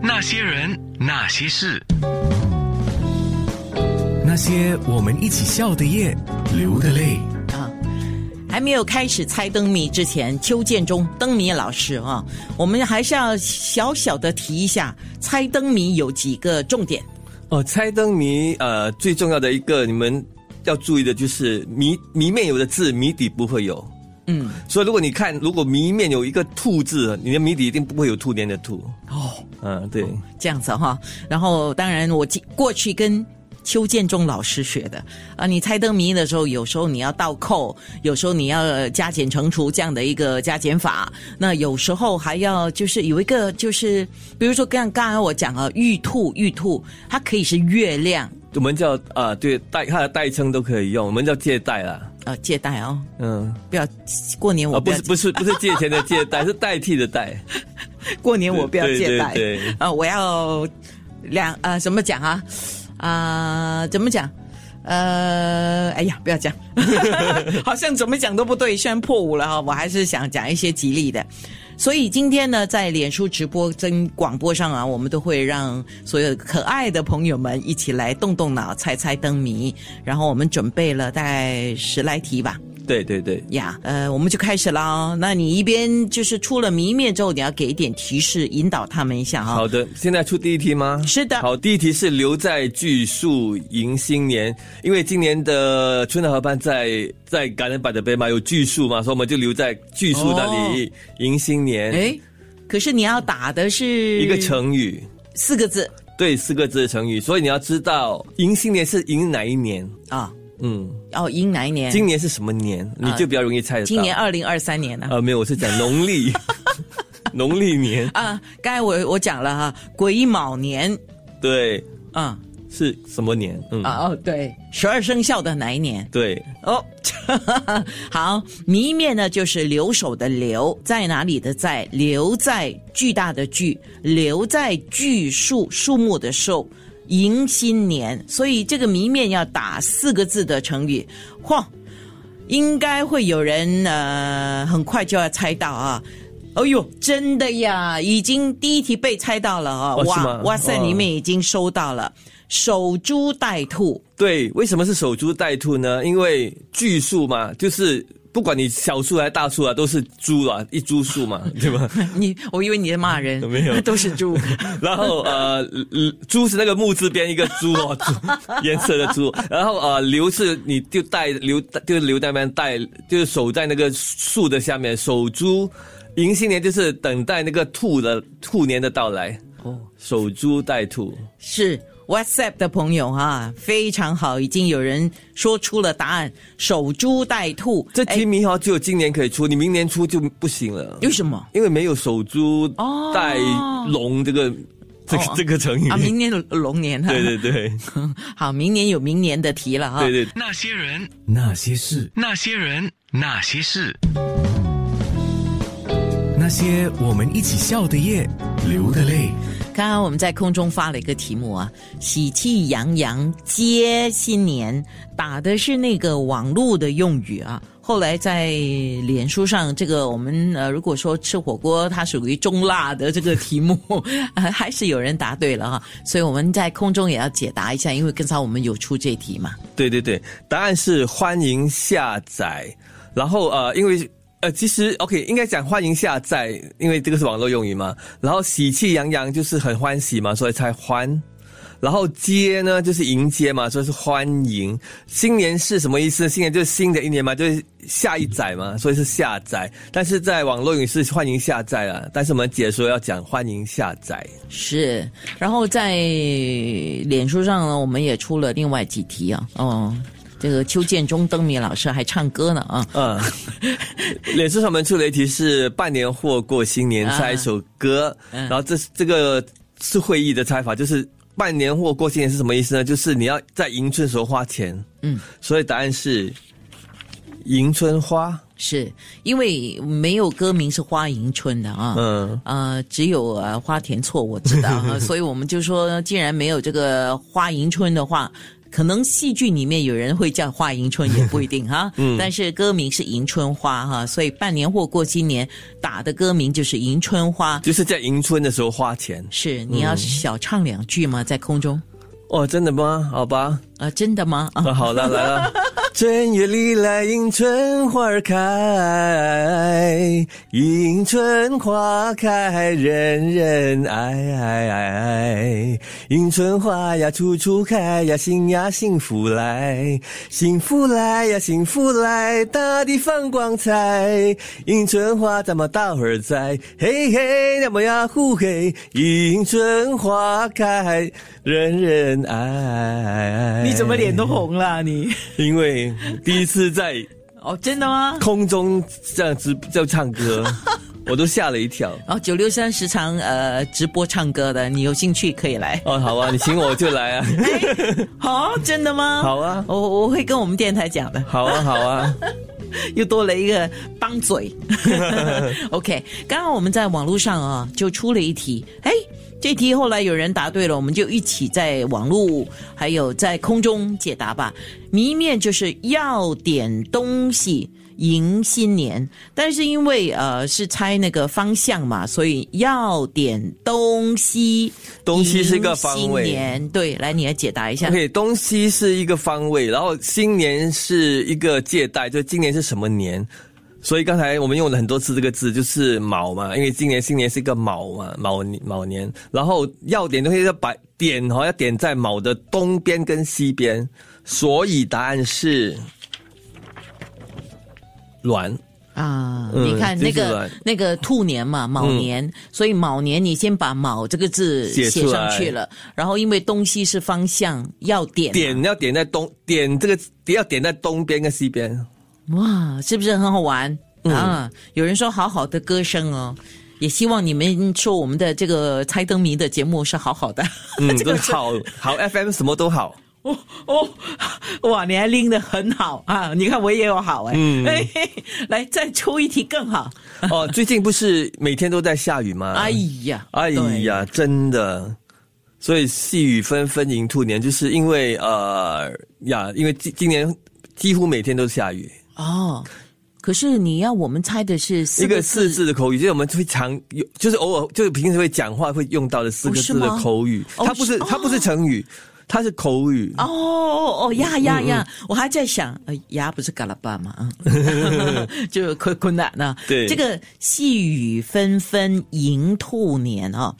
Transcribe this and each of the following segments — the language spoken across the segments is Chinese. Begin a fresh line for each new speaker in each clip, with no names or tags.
那些人，那些事，
那些我们一起笑的夜，流的泪。
啊，还没有开始猜灯谜之前，邱建中灯谜老师啊，我们还是要小小的提一下，猜灯谜有几个重点。
哦，猜灯谜，呃，最重要的一个你们要注意的就是谜谜面有的字，谜底不会有。
嗯，
所以如果你看，如果谜面有一个“兔”字，你的谜底一定不会有兔年的“兔
哦，”。
嗯，对，
这样子哈、然后当然我记过去跟。邱建中老师学的啊，你猜灯谜的时候，有时候你要倒扣，有时候你要呃加减乘除这样的一个加减法。那有时候还要就是有一个就是，比如说刚刚才我讲啊，玉兔玉兔，它可以是月亮
我们叫啊、对，代它的代称都可以用，我们叫借代啦。
呃借贷哦，
嗯，
不要过年
啊，
我不
不
要、
是不是不是借钱的借 代，是代替的代。
过年我不要
对
借
对
贷，
对
呃，我要两呃怎么讲啊？啊、怎么讲？呃，哎呀，不要讲， 好像怎么讲都不对。虽然破五了哈，我还是想讲一些吉利的。所以今天呢，在脸书直播跟广播上啊，我们都会让所有可爱的朋友们一起来动动脑，猜猜灯谜。然后我们准备了大概十来题吧。
对对对，
呀，呃，我们就开始了哦。那你一边就是出了谜面之后，你要给一点提示，引导他们一下啊哈、
好的，现在出第一题吗？
是的
好，第一题是留在巨树迎新年，因为今年的春暖河畔在在感染版的北马有巨树嘛，所以我们就留在巨树那里迎新年。
哎，可是你要打的是
一个成语，
四个字
对，四个字的成语，所以你要知道迎新年是迎哪一年，
啊、
嗯，
哦，迎哪一年？
今年是什么年，你就比较容易猜得到。
今年二零二三年呢、啊？
呃，没有，我是讲农 历，农历年，
啊刚才我我讲了哈，癸卯年，
对，
啊、
是什么年？嗯，
啊哦，对，十二生肖的哪一年？
对，
哦， 好，谜面呢就是留守的留，在哪里的在，留在巨大的巨，留在巨树树木的树，迎新年，所以这个谜面要打四个字的成语，嚯，应该会有人呃很快就要猜到啊。哎呦，真的呀！已经第一题被猜到了啊！
哦是
哇
吗
哇塞，
哇
你们已经收到了，守株待兔。
对，为什么是守株待兔呢？因为巨树嘛，就是不管你小树还是大树啊，都是猪啊，一株树嘛，对吧？
你，我以为你在骂人，
没 有
都是猪。
然后呃，呃猪是那个木字边一个猪哦， 猪颜色的猪。然后呃，留是你就带留，就留在那边带，就是守在那个树的下面守株。迎新年就是等待那个兔的兔年的到来。哦，守株待兔。
是 WhatsApp 的朋友哈、非常好，已经有人说出了答案，守株待兔。
这
哎
题谜哈只有今年可以出，你明年出就不行了。
为什么？
因为没有守株
哦
待龙这个、这个、
哦
这个成语。
啊，明年龙年哈、
对对对
好，明年有明年的题了哈、
对对，
那些人，
那些事，
那些人，那些事，
那些我们一起笑的夜，流的泪。
刚刚我们在空中发了一个题目啊，喜气洋洋接新年，打的是那个网络的用语啊。后来在脸书上，这个我们呃，如果说吃火锅，它属于中辣的这个题目， 呃还是有人答对了哈。所以我们在空中也要解答一下，因为刚才我们有出这题嘛。
对对对，答案是欢迎下载。然后呃，因为呃，其实 OK 应该讲欢迎下载，因为这个是网络用语嘛。然后喜气洋洋就是很欢喜嘛，所以才欢。然后接呢就是迎接嘛，所以是欢迎。新年是什么意思？新年就是新的一年嘛，就是下一载嘛，所以是下载。但是在网络用语是欢迎下载啊，但是我们解说要讲欢迎下载。
是，然后在脸书上呢，我们也出了另外几题啊。哦，这个邱建中、灯谜老师还唱歌呢啊。
嗯，脸书上面出了一题是“半年或过新年”
啊
猜一首歌，然后这这个是会议的猜法，就是“半年或过新年”是什么意思呢？就是你要在迎春时候花钱，
嗯，
所以答案是迎春花。
是因为没有歌名是花迎春的啊，
嗯，
呃，只有呃花田错我知道啊，所以我们就说，既然没有这个花迎春的话。可能戏剧里面有人会叫花迎春，也不一定哈。嗯，但是歌名是迎春花哈，所以办年货过新年打的歌名就是迎春花。
就是在迎春的时候花钱。
是你要小唱两句吗？在空中？
哦，真的吗？好吧，
啊，真的吗？啊，
那、好了，来 了。正月里来迎春花儿开，迎春花开人人爱，迎春花呀处处开呀，幸呀幸福来，幸福来呀幸福来，大地放光彩。迎春花咱们大伙儿在，嘿嘿，咱们呀呼嘿，迎春花开人人爱。
你怎么脸都红了？你
因为第一次在
哦，真的吗？
空中这样子就唱歌，我都吓了一跳。
哦，九六三时常呃直播唱歌的，你有兴趣可以来。
哦，好啊，你请我就来啊，
好、真的吗？
好啊
我我会跟我们电台讲的，
好啊，好啊，
又多了一个帮 嘴。OK，刚刚我们在网络上啊就出了一题，哎，这题后来有人答对了，我们就一起在网络还有在空中解答吧。谜面就是要点东西。迎新年，但是因为呃是猜那个方向嘛，所以要点东西。
东西是一个方位
迎新年对，来你来解答一下。
OK，东西是一个方位，然后新年是一个借代，就今年是什么年？所以刚才我们用了很多次这个字，就是卯嘛，因为今年新年是一个卯嘛，卯年卯年。然后要点东西要摆点哦，要点在卯的东边跟西边，所以答案是卵。
啊，
嗯
你看
这
那
是
个
卵
那个兔年
嗯
嘛，卯年，所以卯年你先把“卯”这个字
写
写
出
上
来
去了，然后因为东西是方向，要点嘛
点要点在东，点这个要点在东边跟 西边。
哇，是不是很好玩、
嗯
啊？有人说好好的歌声哦。也希望你们说我们的这个猜灯谜的节目是好好的，
嗯，
这
都
个
是好好 FM 什么 都好。
哦哦，哇，你还拎得很好啊！你看我也有好哎、
嗯
哎嘿嘿 来再出一题更好。
哦，最近不是每天都在下雨吗？
哎呀，
哎呀，真的。所以细雨纷纷迎兔年，就是因为呃呀，因为今今年几乎每天都下雨。
哦，可是你要我们猜的是四
一
个
个四字的口语，就是我们会常有，就是偶尔就是平时会讲话会用到的四个字
哦
的
是吗
口语，
哦
它不是
是
它不是成语，它是口语。
哦哦哦呀呀呀！我还在想，呃，牙不是嘎啦巴嘛，啊就困困难呢。
对
这个细雨纷纷迎兔年哦，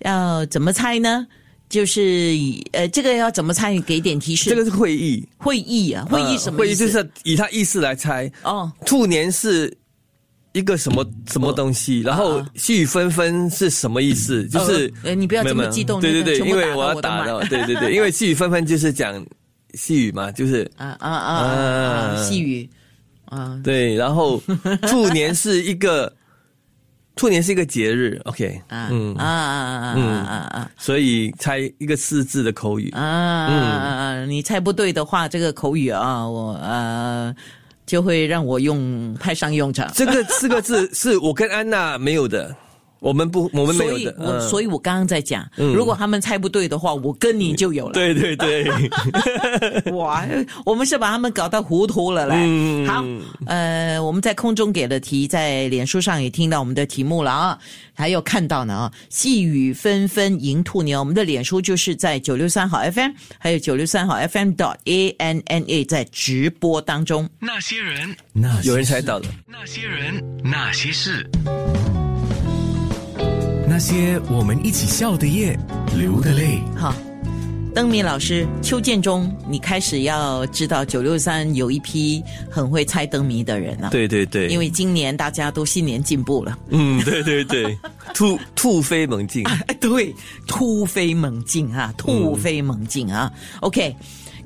要怎么猜呢？就是呃，这个要怎么猜？给点提示。
这个是会意，
会议啊，会议
呃
什么
会
意
意
思？
就是以它意思来猜。
哦
兔年是一个什么
嗯
什么东西？然后细雨纷纷是什么意思？就是
呃啊你不要这么
没有没有
激动
对对对，
那个
因
全部
为
打
我
到
要
我的
打
麦
到，对对对，因为细雨纷纷就是讲细雨 嘛，就是
啊啊啊啊！
啊
细雨啊，
对，然后兔年是一个兔年是一个节日，OK，
啊
嗯
啊，啊啊啊啊
所以猜一个四字的口语
啊！啊！你猜不对的话，这个口语啊，我呃就会让我用派上用场。
这个四个字是我跟安娜没有的，我们不，我们没
所
有
以
的，
我
嗯
所以我刚刚在讲，如果他们猜不对的话，我跟你就有了。
对对对，
哇，我们是把他们搞到糊涂了嘞。
嗯
好，呃，我们在空中给了题，在脸书上也听到我们的题目了啊，还有看到呢啊，细雨纷纷迎兔年。我们的脸书就是在九六三好 FM，还有九六三好 FM dot a n n a 在直播当中。
那些人，
那
有
些
人猜到了。
那些人，那些事。
那些我们一起笑的夜，流的泪。
好，灯谜老师邱建中，你开始要知道九六三有一批很会猜灯谜的人了。。啊
对对对，
因为今年大家都新年进步了，
嗯，对对对，突突飞 猛进，
哎，对，突飞猛进啊，突飞猛进啊。OK，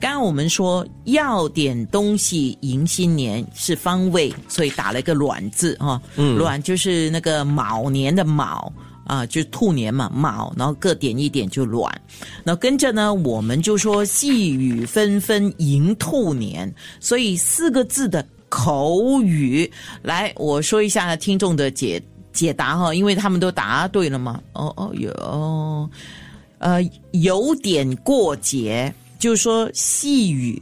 刚刚我们说要点东西迎新年是方位，所以打了一个卵字啊，卵就是那个卯年的卯。啊，就是兔年嘛，卯，然后各点一点就卵，然后跟着呢，我们就说细雨纷纷迎兔年，所以四个字的口语。来，我说一下听众的解解答哈，因为他们都答对了嘛。哦哦，有哦，呃，有点过节，就是说细语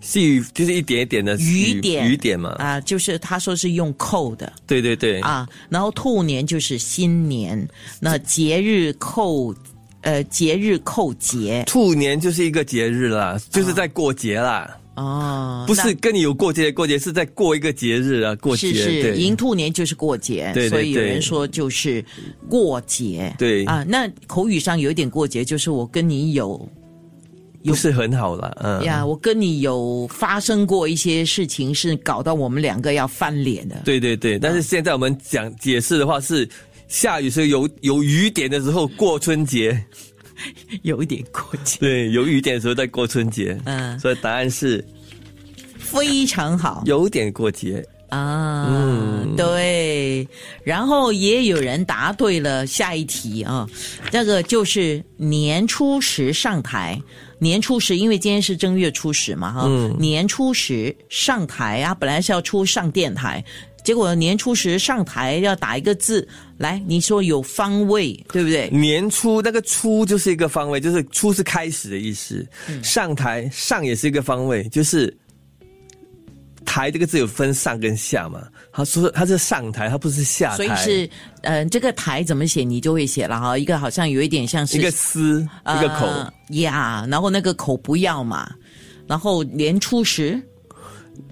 细雨就是一点一点的
雨点
雨点嘛，
啊、就是他说是用扣的。
对对对，
啊，然后兔年就是新年，那节日扣，呃，节日扣节
兔年就是一个节日啦，就是在过节啦，
啊哦，
不是跟你有过节的过节，是在过一个节日啊，过
那
节
是是
对
迎兔年就是过节，
对对
所以有
对
人说就是过节，
对
啊，那口语上有一点过节，就是我跟你有
不是很好啦，嗯，
呀，我跟你有发生过一些事情，是搞到我们两个要翻脸的，
对对对，但是现在我们讲解释的话是。下雨是有有雨点的时候过春节，
有一点过 节，
对，有雨点的时候在过春节，
嗯
嗯，所以答案是
非常好。
有嗯点过节，
啊，对，然后也有人答对了下一题啊，这个就是年初十上台。年初十，因为今天是正月初十嘛，哈、
嗯
年初十上台啊，本来是要出上电台，结果年初十上台要打一个字，来，你说有方位，对不对？
年初那个初就是一个方位，就是初是开始的意思。
嗯
上台上也是一个方位，就是台这个字有分上跟下嘛。他说他是上台，他不是啊下台，
所以是，嗯、这个台怎么写你就会写了哈，一个好像有一点像是
一个思一个口。
呃呀然后那个口不要嘛，然后年初十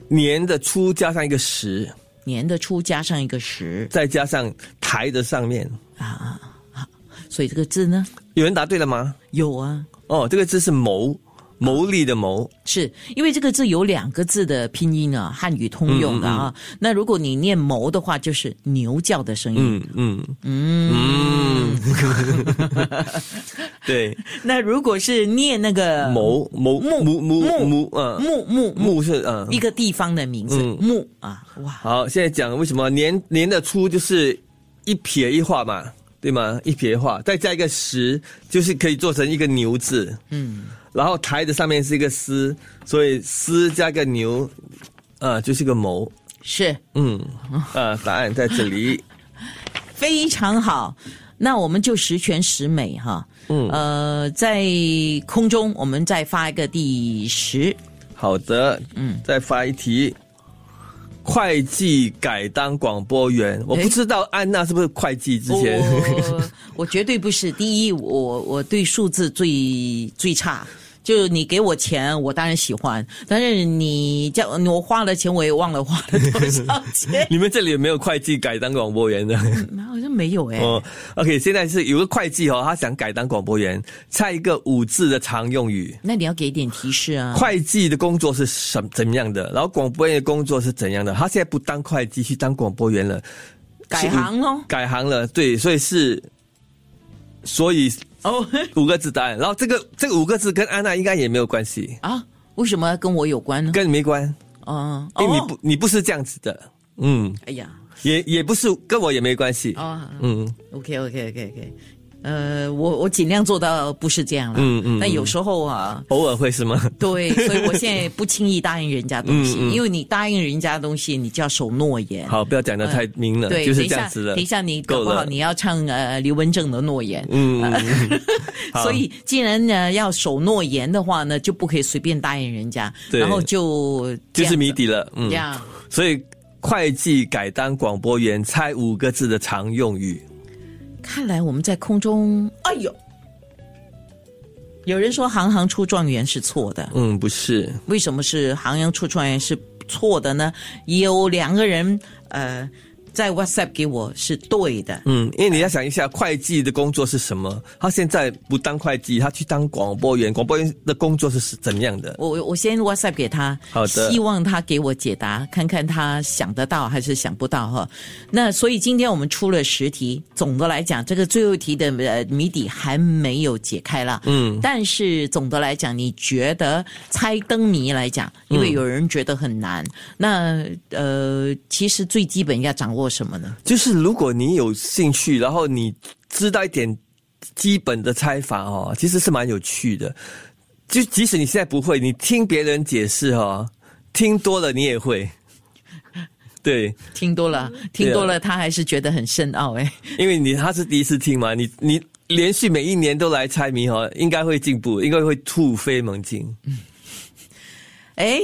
年的初加上一个十，
年的初加上一个十，
再加上台的上面。
所以这个字呢
有人答对了吗？
有啊，
哦，这个字是谋，谋利的谋。
是因为这个字有两个字的拼音啊，汉语通用
嗯
的啊。那如果你念谋的话，就是牛叫的声音。
嗯嗯嗯嗯， 对，
那如果是念那个
谋谋
木
木木
木
木嗯
木木木
木是嗯
一。个地方的名字
嗯
木啊，哇，
好，现在讲为什么年年的初就是一撇一画嘛，对吗？一撇一画，再加一个十，就是可以做成一个牛字。
嗯，
然后台的上面是一个丝，所以丝加个牛，啊，就是个谋。
是
嗯，啊，答案在这里。
非常好。那我们就十全十美哈，嗯，呃，在空中我们再发一个第十，
好的，嗯，再发一题。会计改当广播员，我不知道安娜是不是会计之前。
我我绝对不是。第一，我我对数字最最差。就你给我钱，我当然喜欢，但是你叫我花了钱，我也忘了花了多少钱，
你们这里有没有会计改当广播员的？
好像没有哎、
哦，OK，现在是有个会计哦，他想改当广播员，猜一个五字的常用语。
那你要给点提示啊。
会计的工作是什怎么样的？然后广播员的工作是怎样的？他现在不当会计，去当广播员了，
改行咯
改行了，对，所以是，所以
哦
五个字答案。然后这个这个五个字跟安娜应该也没有关系，
啊，为什么跟我有关呢？
跟你没关，
嗯，
因为你
哦
不、你不是这样子的，嗯，
哎呀，
也也不是跟我也没关系，
啊、
嗯，
OK OK OK OK，呃，我我尽量做到不是这样了。
嗯嗯
但有时候啊，
偶尔会是吗？
对，所以我现在不轻易答应人家东西，
嗯嗯
因为你答应人家东西，你就要守诺言。
好，不要讲的太明了，
嗯对，
就是这样子的。
等一下，等一下你搞
够
不好
了，
你要唱呃刘文正的《诺言》
嗯，好
所以既然呢要守诺言的话呢，就不可以随便答应人家，
对
然后就这
就
样子
是谜底了，嗯，
呀。
所以会计改当广播员，猜五个字的常用语。
看来我们在空中，哎呦，有人说“行行出状元”是错的，
嗯，不是，
为什么是行阳出状元是错的呢？有两个人呃在 WhatsApp 给我是对的，
嗯，因为你要想一下，会计的工作是什么？他现在不当会计，他去当广播员，广播员的工作是怎样的？
我我我先 WhatsApp 给他，
好的
希望他给我解答，看看他想得到还是想不到哈。那所以今天我们出了十题，总的来讲，这个最后一题的呃谜底还没有解开了，嗯，但是总的来讲，你觉得猜灯谜来讲，因
嗯
为有人觉得很难，那呃，其实最基本要掌握什么呢？
就是如果你有兴趣，然后你知道一点基本的猜法哦，其实是蛮有趣的。就即使你现在不会，你听别人解释哦，听多了你也会。 对，
听多了，听多
啊
了，他还是觉得很深奥哎。
因为你他是第一次听嘛，你你连续每一年都来猜谜哈，应该会进步，应该会突飞猛进。
哎，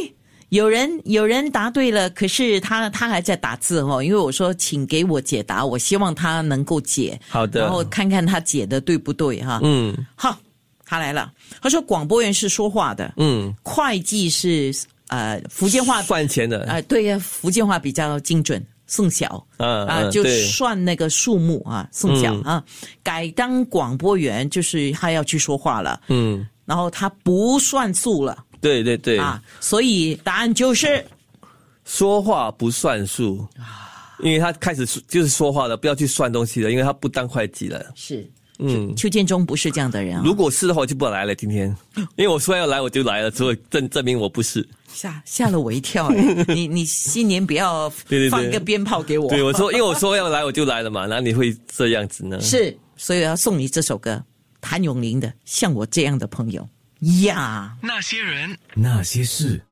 有人有人答对了，可是他他还在打字哦，因为我说请给我解答，我希望他能够解，
好的
然后看看他解的对不对哈。
嗯
好，他来了，他说广播员是说话的，
嗯，
会计是呃福建话
算钱的，
啊、对呀，福建话比较精准，送小，
嗯
啊、
嗯
就
对
算那个数目啊，送小、
嗯
啊，改当广播员就是他要去说话了，
嗯，
然后他不算数了
对对对，
啊，所以答案就是
说话不算数。因为他开始说就是说话了，不要去算东西了，因为他不当会计了。
是
嗯，
邱建中不是这样的人啊
如，果是的话，我就不来了。今天，因为我说要来，我就来了，所以证证明我不是。
吓吓了我一 跳、哎你你新年不要
对对对
放一个鞭炮给我，
对，我说，因为我说要来，我就来了嘛，哪里会这样子呢？
是，所以我要送你这首歌，谭咏麟的《像我这样的朋友》呀。
那些人。
那些事。